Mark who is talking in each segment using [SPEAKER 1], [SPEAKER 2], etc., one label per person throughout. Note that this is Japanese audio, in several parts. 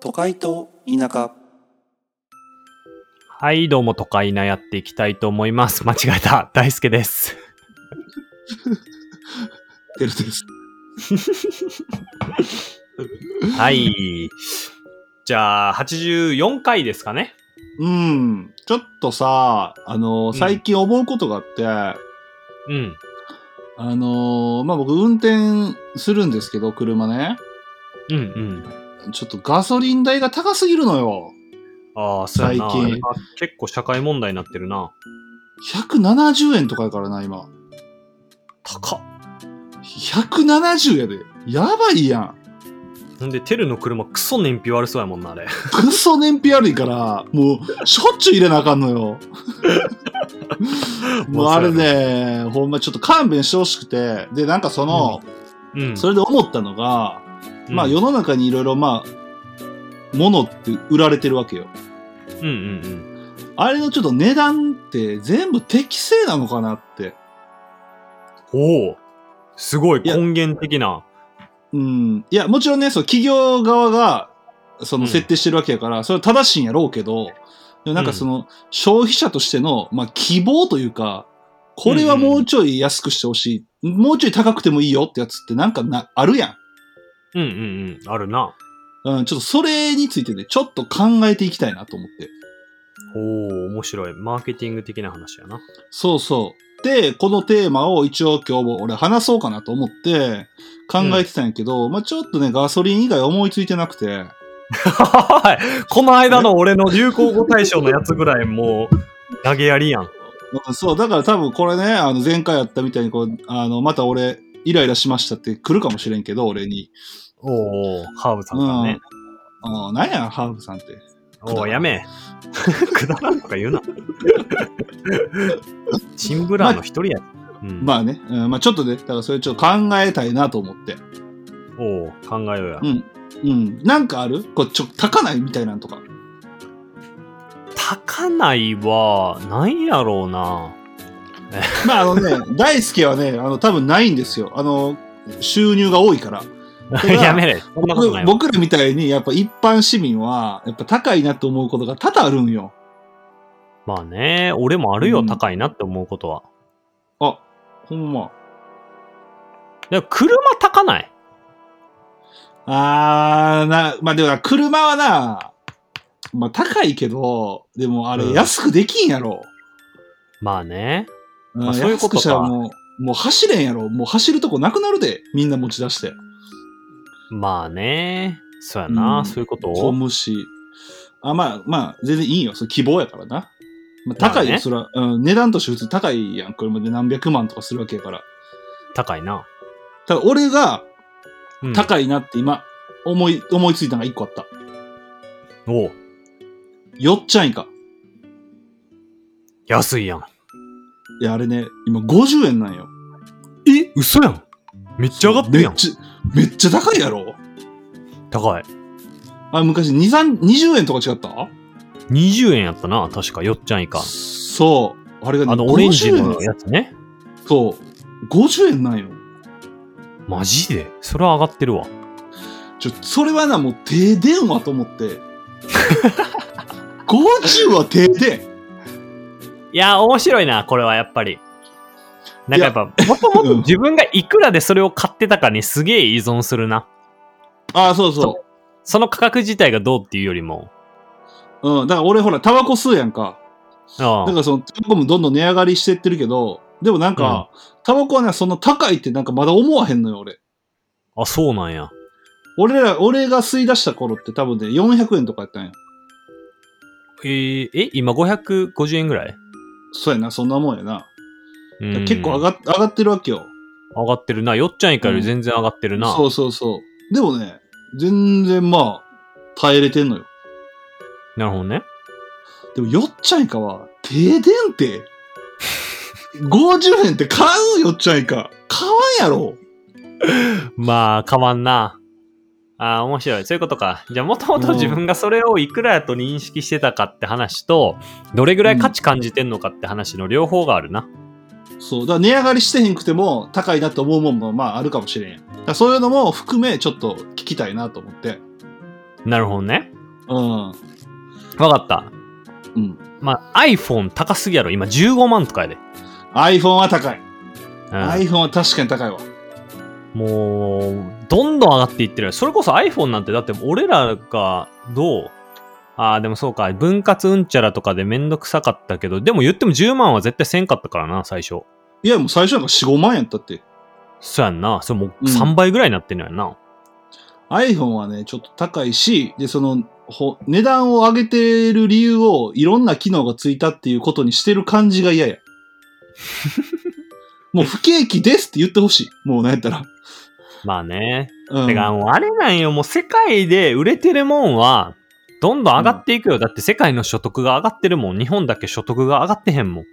[SPEAKER 1] 都会と田舎
[SPEAKER 2] はい、どうも、都会なやっていきたいと思います。間違えた。 大輔 です。
[SPEAKER 3] てるです。
[SPEAKER 2] はい。じゃあ、84回ですかね。
[SPEAKER 3] うん。ちょっとさ、あの
[SPEAKER 2] ん
[SPEAKER 3] ー、最近思うことがあって、あ
[SPEAKER 2] うん。
[SPEAKER 3] のー、まあ、僕運転するんですけど、車ね。
[SPEAKER 2] うんうん。
[SPEAKER 3] ちょっとガソリン代が高すぎるのよ。
[SPEAKER 2] ああ、そうやな。
[SPEAKER 3] 最近
[SPEAKER 2] あれは結構社会問題になってるな。
[SPEAKER 3] 170円とかやからな、今。
[SPEAKER 2] 高っ。
[SPEAKER 3] 170やで。やばいやん。
[SPEAKER 2] ほんで、テルの車、クソ燃費悪そうやもんな、あれ。
[SPEAKER 3] クソ燃費悪いから、もう、しょっちゅう入れなあかんの よ。もうあれね、ほんまちょっと勘弁してほしくて。で、なんかその、
[SPEAKER 2] うん。
[SPEAKER 3] それで思ったのが、
[SPEAKER 2] うん
[SPEAKER 3] まあ世の中にいろいろまあ、物って売られてるわけよ。
[SPEAKER 2] うんうんうん。
[SPEAKER 3] あれのちょっと値段って全部適正なのかなって。
[SPEAKER 2] おお。すごい、
[SPEAKER 3] いや
[SPEAKER 2] 根源的な。
[SPEAKER 3] うん。いや、もちろんね、そう、企業側が、そうの
[SPEAKER 2] ん
[SPEAKER 3] 設定してるわけやから、それは正しいんやろうけど、でもなん
[SPEAKER 2] う
[SPEAKER 3] か
[SPEAKER 2] ん
[SPEAKER 3] その、消費者としての、まあ希望というか、これはもうちょい安くしてほしい、もうちょい高くてもいいよってやつってなんかな、あるやん。
[SPEAKER 2] うんうんうん。あるな。
[SPEAKER 3] うん、ちょっとそれについてね、ちょっと考えていきたいなと思って。
[SPEAKER 2] おお、面白い。マーケティング的な話やな。
[SPEAKER 3] そうそう。で、このテーマを一応今日も俺話そうかなと思って考えてたんやけど、まあちょっとね、ガソリン以外思いついてなくて。
[SPEAKER 2] はい。この間の俺の流行語大賞のやつぐらいもう投げやりやん。
[SPEAKER 3] そう、だから多分これね、あの前回やったみたいにこう、あの、また俺、イライラしましたって来るかもしれんけど、俺に。
[SPEAKER 2] おお、ハーブさんがね。
[SPEAKER 3] ああ、なんや、ハーブさんって。うん
[SPEAKER 2] おお、やめ。 くだらんとか言 うな。チンブラーの一人や。うん、
[SPEAKER 3] まあね、うん、まあちょっとね、だからそれちょっと考えたいなと思って。
[SPEAKER 2] おお、考えようや。
[SPEAKER 3] うん。うん。なんかあるこう、ちょ、高ないみたいなんとか。
[SPEAKER 2] 高ないは、ないやろうな。
[SPEAKER 3] まああのね、大輔はね、あの、多分ないんですよ。あの、収入が多いから。ら
[SPEAKER 2] やめれ。そんなことないわ。
[SPEAKER 3] 僕らみたいに、やっぱ一般市民は、やっぱ高いなと思うことが多々あるんよ。
[SPEAKER 2] まあね、俺もあるよ、
[SPEAKER 3] うん
[SPEAKER 2] 高いなって思うことは。
[SPEAKER 3] あ、ほんま。
[SPEAKER 2] でも車高ない
[SPEAKER 3] あー、な、まあでもな、車はな、まあ高いけど、でもあ
[SPEAKER 2] う
[SPEAKER 3] れ
[SPEAKER 2] ん
[SPEAKER 3] 安くできんやろ。
[SPEAKER 2] まあね。
[SPEAKER 3] うん
[SPEAKER 2] まあそういうことか
[SPEAKER 3] 安くしたらもう、もう走れんやろ。もう走るとこなくなるで、みんな持ち出して。
[SPEAKER 2] まあね。そうやな、
[SPEAKER 3] うん
[SPEAKER 2] そういうこと
[SPEAKER 3] 小虫。あ、まあまあ、全然いいよ。それ希望やからな。まあ、
[SPEAKER 2] ま
[SPEAKER 3] 高い
[SPEAKER 2] あ
[SPEAKER 3] よ、
[SPEAKER 2] ね
[SPEAKER 3] それは、うん。値段として普通に高いやん。車で何百万とかするわけやから。
[SPEAKER 2] 高いな。
[SPEAKER 3] ただ俺が
[SPEAKER 2] うん
[SPEAKER 3] 高いなって今、思い、思いついたのが一個あった。
[SPEAKER 2] おう
[SPEAKER 3] よっちゃんいか。
[SPEAKER 2] 安いやん。
[SPEAKER 3] いや、あれね、今50円なんよ。
[SPEAKER 2] え嘘やん。めっちゃ上がってるやん
[SPEAKER 3] めっ。ちゃ、めっちゃ高いやろ
[SPEAKER 2] 高い。
[SPEAKER 3] あ、昔2、三20円とか違った
[SPEAKER 2] 20円やったな、確か、よっちゃん以下。
[SPEAKER 3] そう。あれがね、
[SPEAKER 2] あの、オレンジ
[SPEAKER 3] 50円なん
[SPEAKER 2] のやつね。
[SPEAKER 3] そう。50円なんよ。
[SPEAKER 2] マジでそれは上がってるわ。
[SPEAKER 3] ちょ、それはな、もう停電はと思って。50は停電
[SPEAKER 2] いや、面白いな、これはやっぱり。なんかやっぱ、もとも
[SPEAKER 3] う
[SPEAKER 2] と
[SPEAKER 3] ん
[SPEAKER 2] 自分がいくらでそれを買ってたかにすげえ依存するな。
[SPEAKER 3] あ、そうそ
[SPEAKER 2] その価格自体がどうっていうよりも。
[SPEAKER 3] う。うん。だから俺ほら、タバコ吸うやんか。
[SPEAKER 2] あ
[SPEAKER 3] だ
[SPEAKER 2] あ
[SPEAKER 3] からその、タバコもどんどん値上がりしてってるけど、でもなんか、タバコはね、そんな高いってなんかまだ思わへんのよ、俺。
[SPEAKER 2] あ、そうなんや。
[SPEAKER 3] 俺ら、俺が吸い出した頃って多分ね、400円とかやったんや。
[SPEAKER 2] えーえ、今550円ぐらい
[SPEAKER 3] そうやな、そんなもんやな。結構上
[SPEAKER 2] っ
[SPEAKER 3] がっ上がってるわけよ。
[SPEAKER 2] 上がってるな。よっちゃん以下より全然上がってるな。
[SPEAKER 3] そうそうそう。でもね、全然まあ、耐えれてんのよ。
[SPEAKER 2] なるほどね。
[SPEAKER 3] でも、よっちゃんいかは、停電 って、50円って買うよっちゃんいか。買わんやろ。
[SPEAKER 2] まあ、変わんな。ああ、面白い。そういうことか。じゃあ、もともと自分がそれをいくらやと認識してたかって話と、どれぐらい価値感じてんのかって話の両方があるな。
[SPEAKER 3] そう。だから値上がりしてへんくても、高いなと思うもんも、まあ、あるかもしれんやん。だからそういうのも含め、ちょっと聞きたいなと思って。
[SPEAKER 2] なるほどね。
[SPEAKER 3] うん。
[SPEAKER 2] わかった。
[SPEAKER 3] うん。
[SPEAKER 2] まあ、iPhone 高すぎやろ。今15万とかやで。
[SPEAKER 3] iPhone は高い。
[SPEAKER 2] うん
[SPEAKER 3] iPhone は確かに高いわ。
[SPEAKER 2] もう、どんどん上がっていってるよ。それこそ iPhone なんて、だって俺らがどうああ、でもそうか。分割うんちゃらとかでめんどくさかったけど、でも言っても10万は絶対せんかったからな、最初。
[SPEAKER 3] いや、もう最初なんか4、5万円やったって。
[SPEAKER 2] そうやんな。それもう
[SPEAKER 3] うん
[SPEAKER 2] 3倍ぐらいになってんのやんな。
[SPEAKER 3] iPhone はね、ちょっと高いし、で、その、ほ値段を上げてる理由をいろんな機能がついたっていうことにしてる感じ が嫌や。もう不景気ですって言ってほしい。もうなんやったら。
[SPEAKER 2] まあね。
[SPEAKER 3] うん。
[SPEAKER 2] てか、もうあれなんよ。もう世界で売れてるもんは、どんどん上がっていくよ。だって世界の所得が上がってるもん。日本だけ所得が上がってへんもん。
[SPEAKER 3] い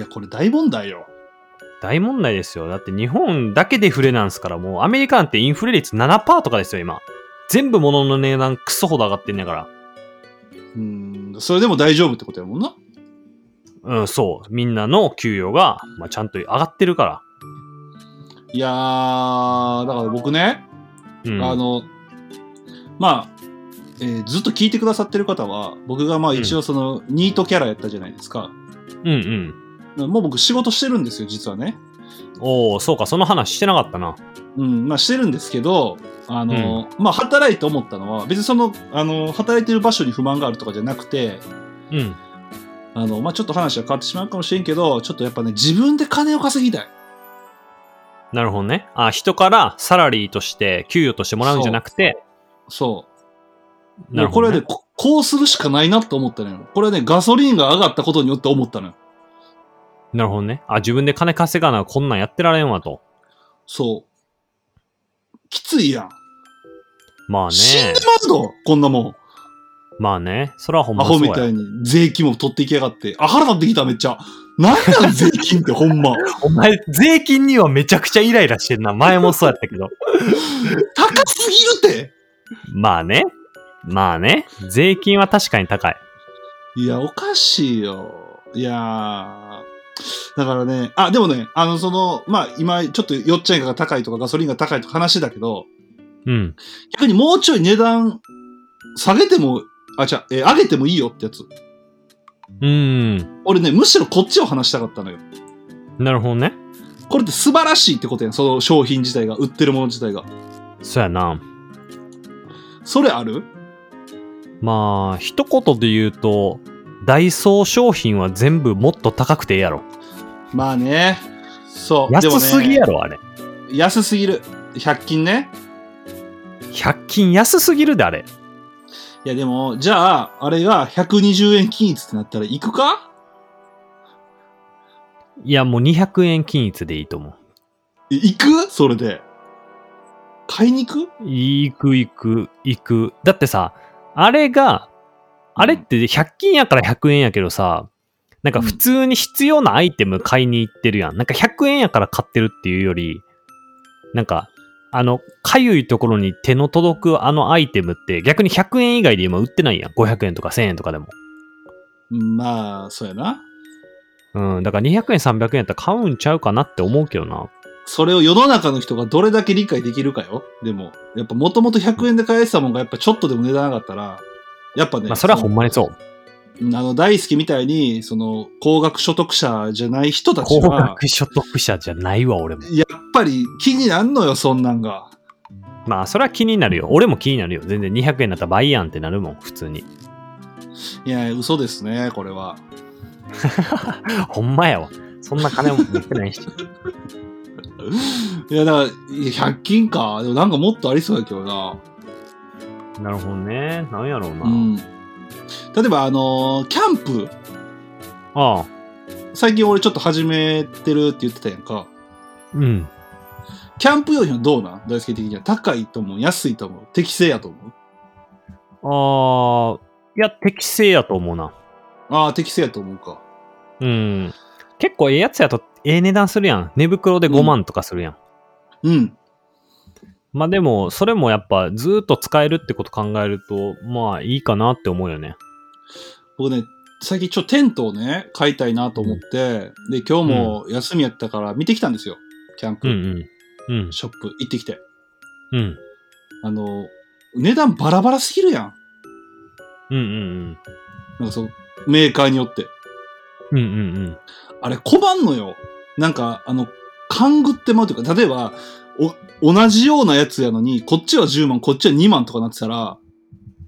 [SPEAKER 3] や、これ大問題よ。
[SPEAKER 2] 大問題ですよ。だって日本だけデフレなんですから、もうアメリカなんてインフレ率7%とかですよ、今。全部物の値段クソほど上がってんねやから。
[SPEAKER 3] うん。それでも大丈夫ってことやもんな。
[SPEAKER 2] うん、そう。みんなの給与が、まあ、ちゃんと上がってるか
[SPEAKER 3] いやー、だから僕ね、
[SPEAKER 2] ら。うん。
[SPEAKER 3] あの、まあ、えーずっと聞いてくださってる方は、僕がまあ一応その、ニートキャラやったじゃないですか。
[SPEAKER 2] うんうん。
[SPEAKER 3] もう僕仕事してるんですよ、実はね。
[SPEAKER 2] おおそうか、その話してなかったな。
[SPEAKER 3] うん、まあしてるんですけど、あの、まあ働いて思ったのは、別にその、あの、働いてる場所に不満があるとかじゃなくて、
[SPEAKER 2] うん。
[SPEAKER 3] あの、まあちょっと話は変わってしまうかもしれんけど、ちょっとやっぱね、自分で金を稼ぎたい。
[SPEAKER 2] なるほどね。あ、人からサラリーとして、給与としてもらうんじゃなくて、
[SPEAKER 3] そ
[SPEAKER 2] な
[SPEAKER 3] う。で
[SPEAKER 2] る
[SPEAKER 3] こ
[SPEAKER 2] ほど
[SPEAKER 3] れ
[SPEAKER 2] ね、
[SPEAKER 3] で、ここうするしかないなと思ったのよ。これね、ガソリンが上がったことによって思ったのよ。
[SPEAKER 2] なるほどね。あ、自分で金稼がな、こんなんやってられんわと。
[SPEAKER 3] そう。きついやん。
[SPEAKER 2] まあね。
[SPEAKER 3] 死んでますぞこんなも
[SPEAKER 2] まあね。それはほん
[SPEAKER 3] ん。
[SPEAKER 2] ま
[SPEAKER 3] ア
[SPEAKER 2] そう
[SPEAKER 3] ホ
[SPEAKER 2] や。
[SPEAKER 3] みたいに税金も取っていきやがって。あ、腹立ってきためっちゃ。なんなん税金ってほんま。
[SPEAKER 2] お前、税金にはめちゃくちゃイライラしてんな。前もそうやったけど。
[SPEAKER 3] 高すぎるって
[SPEAKER 2] まあね。まあね。税金は確かに高い。
[SPEAKER 3] いや、おかしいよ。いやー。だからね、あ、でもね、あの、その、まあ、今、ちょっと、よっちゃんが高いとか、ガソリンが高いとか話だけど、
[SPEAKER 2] うん。
[SPEAKER 3] 逆にもうちょい値段、下げても、あ、じゃえー上げてもいいよってやつ。
[SPEAKER 2] うーん。
[SPEAKER 3] 俺ね、むしろこっちを話したかったのよ。
[SPEAKER 2] なるほどね。
[SPEAKER 3] これって素晴らしいってことやん、その商品自体が、売ってるもの自体が。
[SPEAKER 2] そうやな。
[SPEAKER 3] それある
[SPEAKER 2] まあ、一言で言うと、ダイソー商品は全部もっと高くてええやろ。
[SPEAKER 3] まあね。そう。でも
[SPEAKER 2] 安すぎや
[SPEAKER 3] ね、
[SPEAKER 2] ろ、あれ。
[SPEAKER 3] 安すぎる。100均ね。
[SPEAKER 2] 100均安すぎるで、あれ。
[SPEAKER 3] いやでも、じゃあ、あれが120円均一ってなったら行くか
[SPEAKER 2] いや、もう200円均一でいいと思
[SPEAKER 3] え行くそれで。買いに行く
[SPEAKER 2] う。行く行く行く。だってさ、あれが、あれって100均やから100円やけどさ、なんか普通に必要なアイテム買いに行ってるやん。なんか100円やから買ってるっていうより、なんか、あの、かゆいところに手の届くあのアイテムって逆に100円以外で今売ってないやん。500円とか1000円とかでも。
[SPEAKER 3] うんまあ、そうやな。
[SPEAKER 2] うん。だから200円300円やったら買うんちゃうかなって思うけどな。
[SPEAKER 3] それを世の中の人がどれだけ理解できるかよ。でも、やっぱもともと100円で買えてたもんがやっぱちょっとでも値段上がったら、やっぱね、
[SPEAKER 2] まあそれはほんまにそう。
[SPEAKER 3] うんあの、大好きみたいに、その、高額所得者じゃない人たち
[SPEAKER 2] 高
[SPEAKER 3] は、
[SPEAKER 2] 額所得者じゃないわ、俺も。
[SPEAKER 3] やっぱり気になんのよ、そんなんが。
[SPEAKER 2] まあそれは気になるよ。俺も気になるよ。全然200円だったら倍やんってなるもん、普通に。
[SPEAKER 3] いや、嘘ですね、これは。
[SPEAKER 2] ほんまやわ。そんな金も持ってないし。
[SPEAKER 3] いや、だから、いや100均か。でもなんかもっとありそうやけどな。
[SPEAKER 2] なるほどね。なんやろうな。
[SPEAKER 3] うん。例えば、あのーキャンプ、
[SPEAKER 2] ああ。
[SPEAKER 3] 最近俺ちょっと始めてるって言ってたやんか。
[SPEAKER 2] うん。
[SPEAKER 3] キャンプ用品はどうなん大輔的には。高いと思う安いと思う適正やと思う
[SPEAKER 2] ああ。いや、適正やと思うな。
[SPEAKER 3] ああ、適正やと思うか。
[SPEAKER 2] うん。結構ええやつやと、ええ値段するやん。寝袋で5万とかするやん。
[SPEAKER 3] うん。
[SPEAKER 2] まあでも、それもやっぱずーっと使えるってこと考えると、まあいいかなって思うよね。
[SPEAKER 3] 僕ね、最近ちょっとテントをね、買いたいなと思って、で、今日も休みやったから見てきたんですよ。キャン
[SPEAKER 2] う
[SPEAKER 3] プ、
[SPEAKER 2] んうん。うん。
[SPEAKER 3] ショップ行ってきて。
[SPEAKER 2] うん。
[SPEAKER 3] あの、値段バラバラすぎるやん。
[SPEAKER 2] うんうん
[SPEAKER 3] なんかそう、メーカーによって。
[SPEAKER 2] うん。うんうんうん。
[SPEAKER 3] あれ、拒んのよ。なんか、あの、勘ぐってまうというか、例えば、お、同じようなやつやのに、こっちは10万、こっちは2万とかなってたら、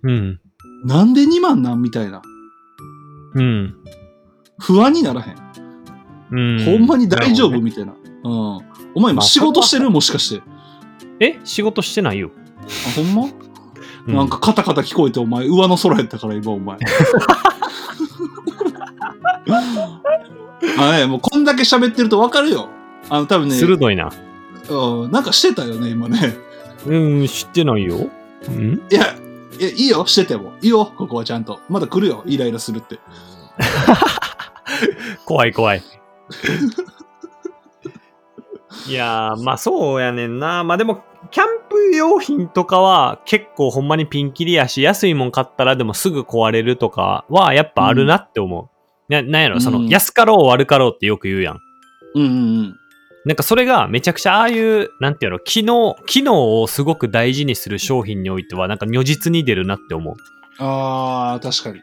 [SPEAKER 2] うん。
[SPEAKER 3] なんで2万なんみたいな。
[SPEAKER 2] うん。
[SPEAKER 3] 不安にならへん。
[SPEAKER 2] うん。
[SPEAKER 3] ほんまに大丈
[SPEAKER 2] なるほどね
[SPEAKER 3] 夫みたいな。うん。お前今仕事してるもしかして。
[SPEAKER 2] え仕事してないよ。
[SPEAKER 3] あ、ほんま
[SPEAKER 2] う
[SPEAKER 3] なんかカタカタ聞こえてお前上の空やったから今お前あねもうこんだけ喋ってると分かるよあの多分ね
[SPEAKER 2] 鋭いな。
[SPEAKER 3] うんなんかしてたよね今ね
[SPEAKER 2] うん、知ってないよ。うん
[SPEAKER 3] いやいやいいよしててもいいよここはちゃんとまだ来るよイライラするって
[SPEAKER 2] 怖い怖い。いやー、まあそうやねんな。まあでも、キャンプ用品とかは結構ほんまにピンキリやし、安いもん買ったらでもすぐ壊れるとかはやっぱあるなって思う。ななんやろ、そうの、
[SPEAKER 3] ん
[SPEAKER 2] 安かろう悪かろうってよく言うやん。
[SPEAKER 3] うんうん
[SPEAKER 2] なんかそれがめちゃくちゃああいう、なんていうの、機能、機能をすごく大事にする商品においては、なんか如実に出るなって思う。
[SPEAKER 3] あー確かに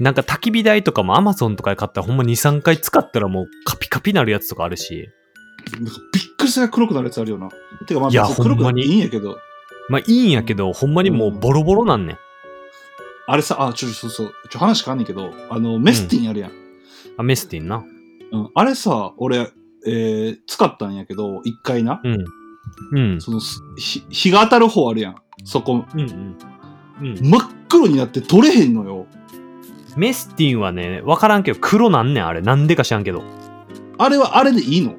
[SPEAKER 2] なんか焚き火台とかも Amazon とかで買ったらほんま2、3回使ったらもうカピカピなるやつとかあるし、
[SPEAKER 3] なんかびっくりするぐらい黒くなるやつあるよなてかまあ
[SPEAKER 2] いや
[SPEAKER 3] 別に黒
[SPEAKER 2] ほ
[SPEAKER 3] くなんっ
[SPEAKER 2] ま
[SPEAKER 3] て
[SPEAKER 2] に
[SPEAKER 3] いいんやけど
[SPEAKER 2] まあいいんやけど、ほんまにもうボロボロなんねん。
[SPEAKER 3] あれさあちょそうそうちょ話変わんねんけどあのメスティンあるやん
[SPEAKER 2] あ、メスティンな。
[SPEAKER 3] うん、あれさ、俺、えー使ったんやけど、一回な、
[SPEAKER 2] うん。うん。
[SPEAKER 3] その、すひ日が当たる方あるやん。そこ、
[SPEAKER 2] うんうん。うん、
[SPEAKER 3] 真っ黒になって取れへんのよ。
[SPEAKER 2] メスティンはね、わからんけど黒なんねん、あれ。なんでか知らんけど。
[SPEAKER 3] あれはあれでいいの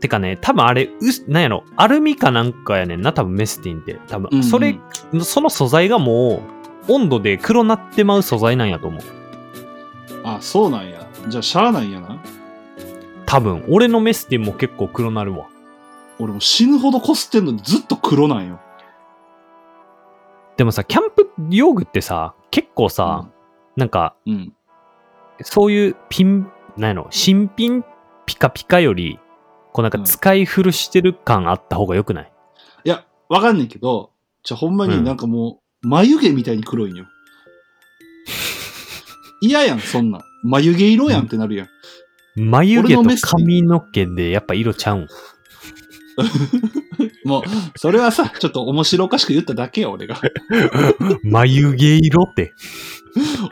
[SPEAKER 2] てかね、多分あれ、うすなんやろ、アルミかなんかやねんな、多分メスティンって。多
[SPEAKER 3] うんう
[SPEAKER 2] 分、
[SPEAKER 3] ん
[SPEAKER 2] それ、その素材がもう、温度で黒なってまう素材なんやと思う。
[SPEAKER 3] あ、そうなんや。じゃあ、しゃあないんやな。
[SPEAKER 2] 多分、俺のメスティンも結構黒なるわ。
[SPEAKER 3] 俺もう死ぬほどこすってんのにずっと黒なんよ。
[SPEAKER 2] でもさ、キャンプ用具ってさ、結構さ、なんか、
[SPEAKER 3] うん。うん。
[SPEAKER 2] そういうピン、なんやろ、新品ピカピカより、こうなんか
[SPEAKER 3] うん
[SPEAKER 2] 使い古してる感あった方が良くない、
[SPEAKER 3] いや、わかんないけど、じゃあほんま
[SPEAKER 2] う
[SPEAKER 3] に
[SPEAKER 2] ん
[SPEAKER 3] なんかもう、眉毛みたいに黒い んよ。嫌やん、そんなん。眉毛色やんってなるやん。
[SPEAKER 2] 眉毛
[SPEAKER 3] 俺
[SPEAKER 2] と
[SPEAKER 3] のメスティン
[SPEAKER 2] 髪の毛でやっぱ色ちゃうん。
[SPEAKER 3] もう、それはさ、ちょっと面白おかしく言っただけや、俺が。
[SPEAKER 2] 眉毛色 って。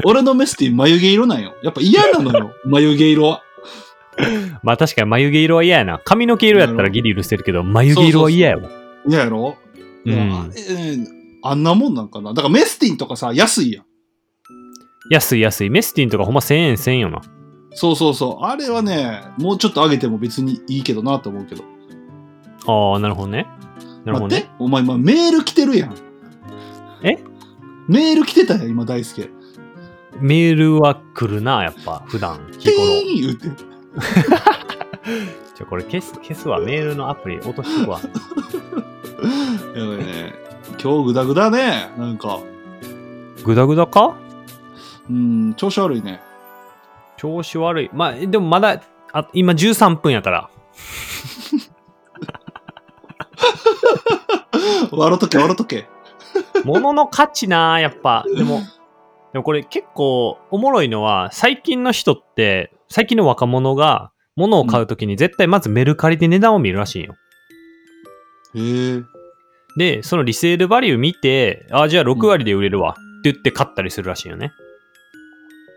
[SPEAKER 3] 俺のメスティン眉毛色なんよ。やっぱ嫌なのよ、眉毛色は。
[SPEAKER 2] まあ確かに眉毛色は嫌やな。髪の毛色やったらギリ許せるけど、眉毛色は嫌やわ。
[SPEAKER 3] 嫌やろ、
[SPEAKER 2] うん
[SPEAKER 3] でもあえーあんなもんなんかな。だからメスティンとかさ、安いやん。
[SPEAKER 2] 安い安い。メスティンとかほんま1000円1000円よな。
[SPEAKER 3] そうそうそう。あれはね、もうちょっと上げても別にいいけどなと思うけど。
[SPEAKER 2] ああ、なるほどね。なるほど
[SPEAKER 3] 待っ
[SPEAKER 2] ね
[SPEAKER 3] て。、お前今メール来てるやん。
[SPEAKER 2] え
[SPEAKER 3] メール来てたやん、今大輔。
[SPEAKER 2] メールは来るな、やっぱ、普段、
[SPEAKER 3] ピ
[SPEAKER 2] 日頃。
[SPEAKER 3] ーン言って。
[SPEAKER 2] じゃこれ消す、消すわ。メールのアプリ落としとくわ。
[SPEAKER 3] やばいね。今日グダグダね。なんか、
[SPEAKER 2] ぐだぐだか
[SPEAKER 3] うん、調子悪いね。
[SPEAKER 2] 調子悪い。まあ、でもまだ、あ今13分やから。
[SPEAKER 3] 笑っとけ、笑っとけ。
[SPEAKER 2] 物の価値な、やっぱ。でも、でもこれ結構おもろいのは、最近の人って、最近の若者が物を買うときに絶対まずメルカリで値段を見るらしいんよ。
[SPEAKER 3] へえ。
[SPEAKER 2] で、そのリセールバリュー見て、あ、じゃあ6割で売れるわ。って言って買ったりするらしいよね。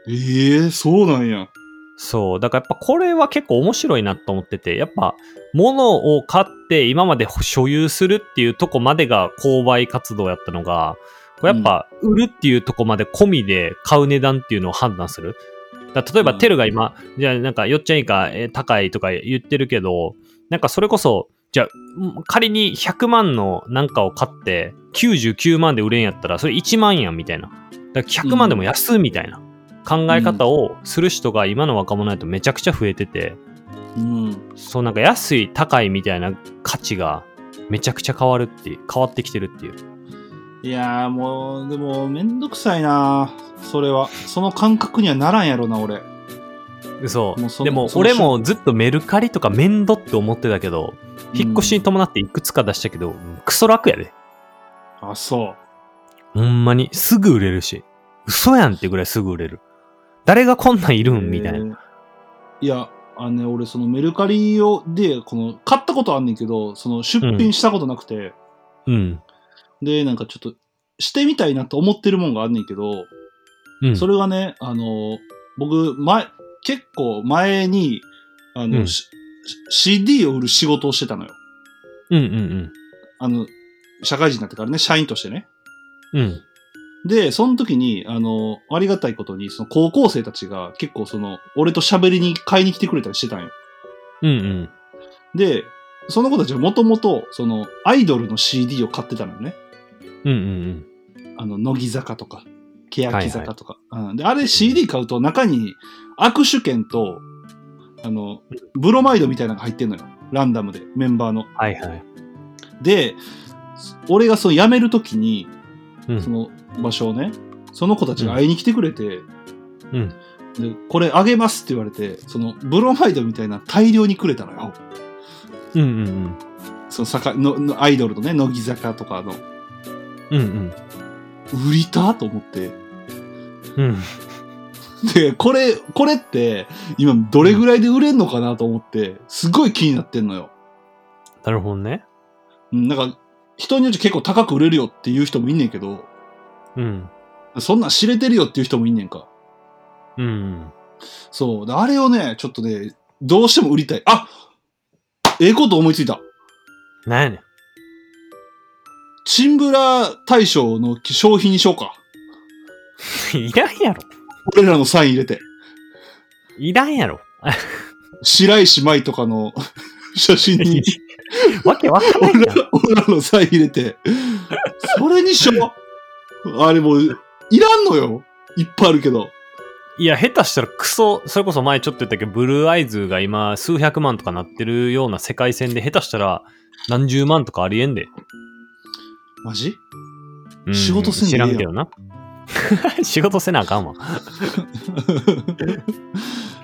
[SPEAKER 3] ええそうなんや。
[SPEAKER 2] そう。だからやっぱこれは結構面白いなと思ってて、やっぱ物を買って今まで所有するっていうとこまでが購買活動やったのが、これやっぱ売るっていうとこまで込みで買う値段っていうのを判断する。だから例えば
[SPEAKER 3] うん
[SPEAKER 2] テルが今、じゃあなんかよっちゃんいいか、えー高いとか言ってるけど、なんかそれこそ、じゃあうん仮に100万のなんかを買って99万で売れんやったらそれ1万やんみたいな。だから100万でも安いみたいな考え方をする人が今の若者だとめちゃくちゃ増えてて、
[SPEAKER 3] うん。
[SPEAKER 2] そうなんか安い高いみたいな価値がめちゃくちゃ変わるっていう、変わってきてるっていう。
[SPEAKER 3] いやーもう、でも、めんどくさいなそれは。その感覚にはならんやろな、俺。
[SPEAKER 2] そ。
[SPEAKER 3] もうそう
[SPEAKER 2] でも
[SPEAKER 3] その
[SPEAKER 2] 俺もずっとメルカリとか面倒って思ってたけど、引っ越しに
[SPEAKER 3] と。
[SPEAKER 2] 伴っていくつか出したけど、クソ楽やで。
[SPEAKER 3] あ、そ
[SPEAKER 2] ほんまにすぐ売れるし。嘘やんってぐらいすぐ売れる。誰がこんなんいるんみたいな。
[SPEAKER 3] な。いや、あのね、俺、そのメルカリを、で、この、買ったことあんねんけど、その、出品したことなくて、
[SPEAKER 2] うん。
[SPEAKER 3] で、なんかちょっと、してみたいなと思ってるもんがあんねんけど、
[SPEAKER 2] うん。
[SPEAKER 3] それはね、あの、僕、前、結構前に、あの、
[SPEAKER 2] うん
[SPEAKER 3] し CD を売る仕事をしてたのよ。
[SPEAKER 2] うんうん
[SPEAKER 3] あの、社会人になってからね、社員としてね。
[SPEAKER 2] うん。うん。
[SPEAKER 3] で、その時に、あの、ありがたいことに、その高校生たちが結構その、俺と喋りに買いに来てくれたりしてたんよ。
[SPEAKER 2] うんうん。
[SPEAKER 3] で、その子たちはもともと、その、アイドルの CD を買ってたのよね。
[SPEAKER 2] うんうん
[SPEAKER 3] あの、乃木坂とか、欅坂とか。うん、で、あれ CD 買うと中に握手券と、あの、ブロマイドみたいなのが入ってんのよ。ランダムで、メンバーの。
[SPEAKER 2] うん。はいはい。
[SPEAKER 3] で、俺がその辞めるときに、
[SPEAKER 2] うん
[SPEAKER 3] その場所をね、その子たちが会いに来てくれて、
[SPEAKER 2] うん
[SPEAKER 3] で、これあげますって言われて、そのブロマイドみたいな大量にくれたのよ。
[SPEAKER 2] うんうんうん。
[SPEAKER 3] その坂ののアイドルのね、乃木坂とかの。
[SPEAKER 2] うんうん。
[SPEAKER 3] 売りたと思って。
[SPEAKER 2] うん。
[SPEAKER 3] で、これ、これって、今どれぐらいで売れんのかなと思って、すごい気になってんのよ。
[SPEAKER 2] なるほどね。
[SPEAKER 3] うんなんか、人によって結構高く売れるよっていう人もいんねんけど、
[SPEAKER 2] うん。
[SPEAKER 3] そんなん知れてるよっていう人もいんねんか。
[SPEAKER 2] うん。
[SPEAKER 3] そう。であれをね、ちょっとね、どうしても売りたい。あええこと思いついた。
[SPEAKER 2] なんやねん。
[SPEAKER 3] チンブラ大賞の商品にしようか。
[SPEAKER 2] いらんや ろ。
[SPEAKER 3] 俺らのサイン入れて。
[SPEAKER 2] いらんやろ。
[SPEAKER 3] 白石舞とかの 写真に
[SPEAKER 2] わけわかんない
[SPEAKER 3] 俺
[SPEAKER 2] やん。
[SPEAKER 3] ら俺らのサイン入れて。それにしよう。あれもう、いらんのよ。いっぱ いあるけど。
[SPEAKER 2] いや、下手したらクソ、それこそ前ちょっと言ったけど、ブルーアイズが今数百万とかなってるような世界線で、下手したら何十万とかありえんで。
[SPEAKER 3] マジ
[SPEAKER 2] うん
[SPEAKER 3] 仕事せん
[SPEAKER 2] 知
[SPEAKER 3] でええや
[SPEAKER 2] ら
[SPEAKER 3] ん
[SPEAKER 2] んけどな。仕事せなあ かんわ。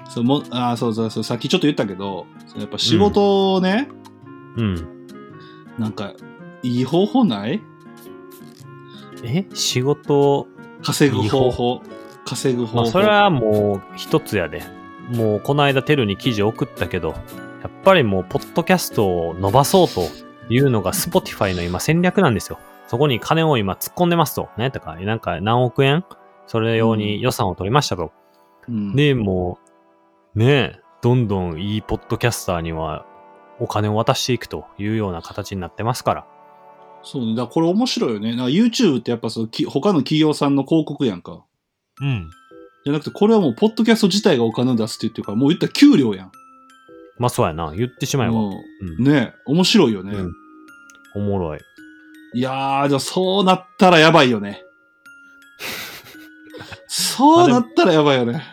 [SPEAKER 3] そうもあーそうそうそう、さっきちょっと言ったけど、そのやっぱ仕事をね、
[SPEAKER 2] うん。
[SPEAKER 3] なんか、いい方法ない
[SPEAKER 2] え仕事、
[SPEAKER 3] 稼ぐ方
[SPEAKER 2] いい
[SPEAKER 3] 法。稼ぐ方法。
[SPEAKER 2] まあ、それはもう一つやで。もうこの間テルに記事送ったけど、やっぱりもうポッドキャストを伸ばそうというのが Spotify の今戦略なんですよ。そこに金を今突っ込んでますと。何やったか、なんか何億円それ用に予算を取りましたと。
[SPEAKER 3] うん、
[SPEAKER 2] で、もう、ねえ、どんどんいいポッドキャスターにはお金を渡していくというような形になってますから。
[SPEAKER 3] そうね。だからこれ面白いよね。なんか YouTube ってやっぱそのき他の企業さんの広告やんか。
[SPEAKER 2] うん。
[SPEAKER 3] じゃなくて、これはもう、ポッドキャスト自体がお金を出すって言ってるから、もう言ったら給料やん。
[SPEAKER 2] まあそうやな。言ってしまえば。
[SPEAKER 3] う
[SPEAKER 2] うんん。
[SPEAKER 3] ねえ、面白いよね。
[SPEAKER 2] うんおもろい。
[SPEAKER 3] いやー、でもそうなったらやばいよ ね。そうなったらやばいよね。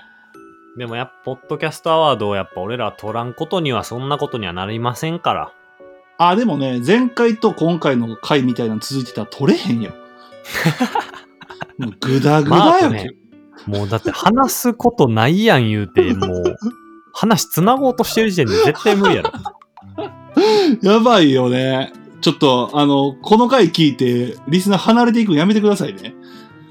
[SPEAKER 2] でもやっぱ、ポッドキャストアワードをやっぱ俺らは取らんことにはそんなことにはなりませんから。
[SPEAKER 3] あ、でもね、前回と今回の回みたいなの続いてたら取れ へんよ。もうぐだぐだ
[SPEAKER 2] まあ
[SPEAKER 3] よ、
[SPEAKER 2] ねもうだって話すことないやん言うて、もう、話つなごうとしてる時点で絶対無理や ろ。
[SPEAKER 3] やばいよね。ちょっと、あの、この回聞いて、リスナー離れていくのやめてくださいね。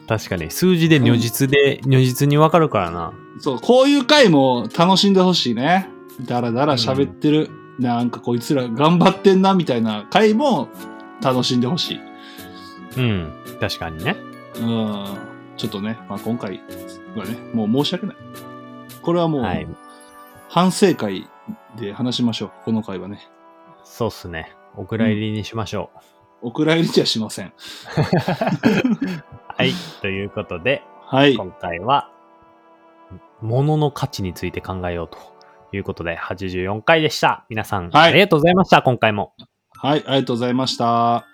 [SPEAKER 2] 確かに、数字で如実で、如実にわかるからな。
[SPEAKER 3] そう、こういう回も楽しんでほしいね。だらだら喋ってる、なんかこいつら頑張ってんなみたいな回も楽しんでほしい。
[SPEAKER 2] うん、確かにね。
[SPEAKER 3] うん。ちょっとね、まあ、今回はね、もう申し訳ない。これはもう、
[SPEAKER 2] はい。
[SPEAKER 3] 反省会で話しましょう。この回はね。
[SPEAKER 2] そうっすね。お蔵入りにしましょう。
[SPEAKER 3] お蔵入りじゃしません。
[SPEAKER 2] はい。ということで、
[SPEAKER 3] はい。
[SPEAKER 2] 今回は、物の価値について考えようということで、84回でした。皆さん、
[SPEAKER 3] はい
[SPEAKER 2] ありがとうございました、今回も。
[SPEAKER 3] はい、ありがとうございました。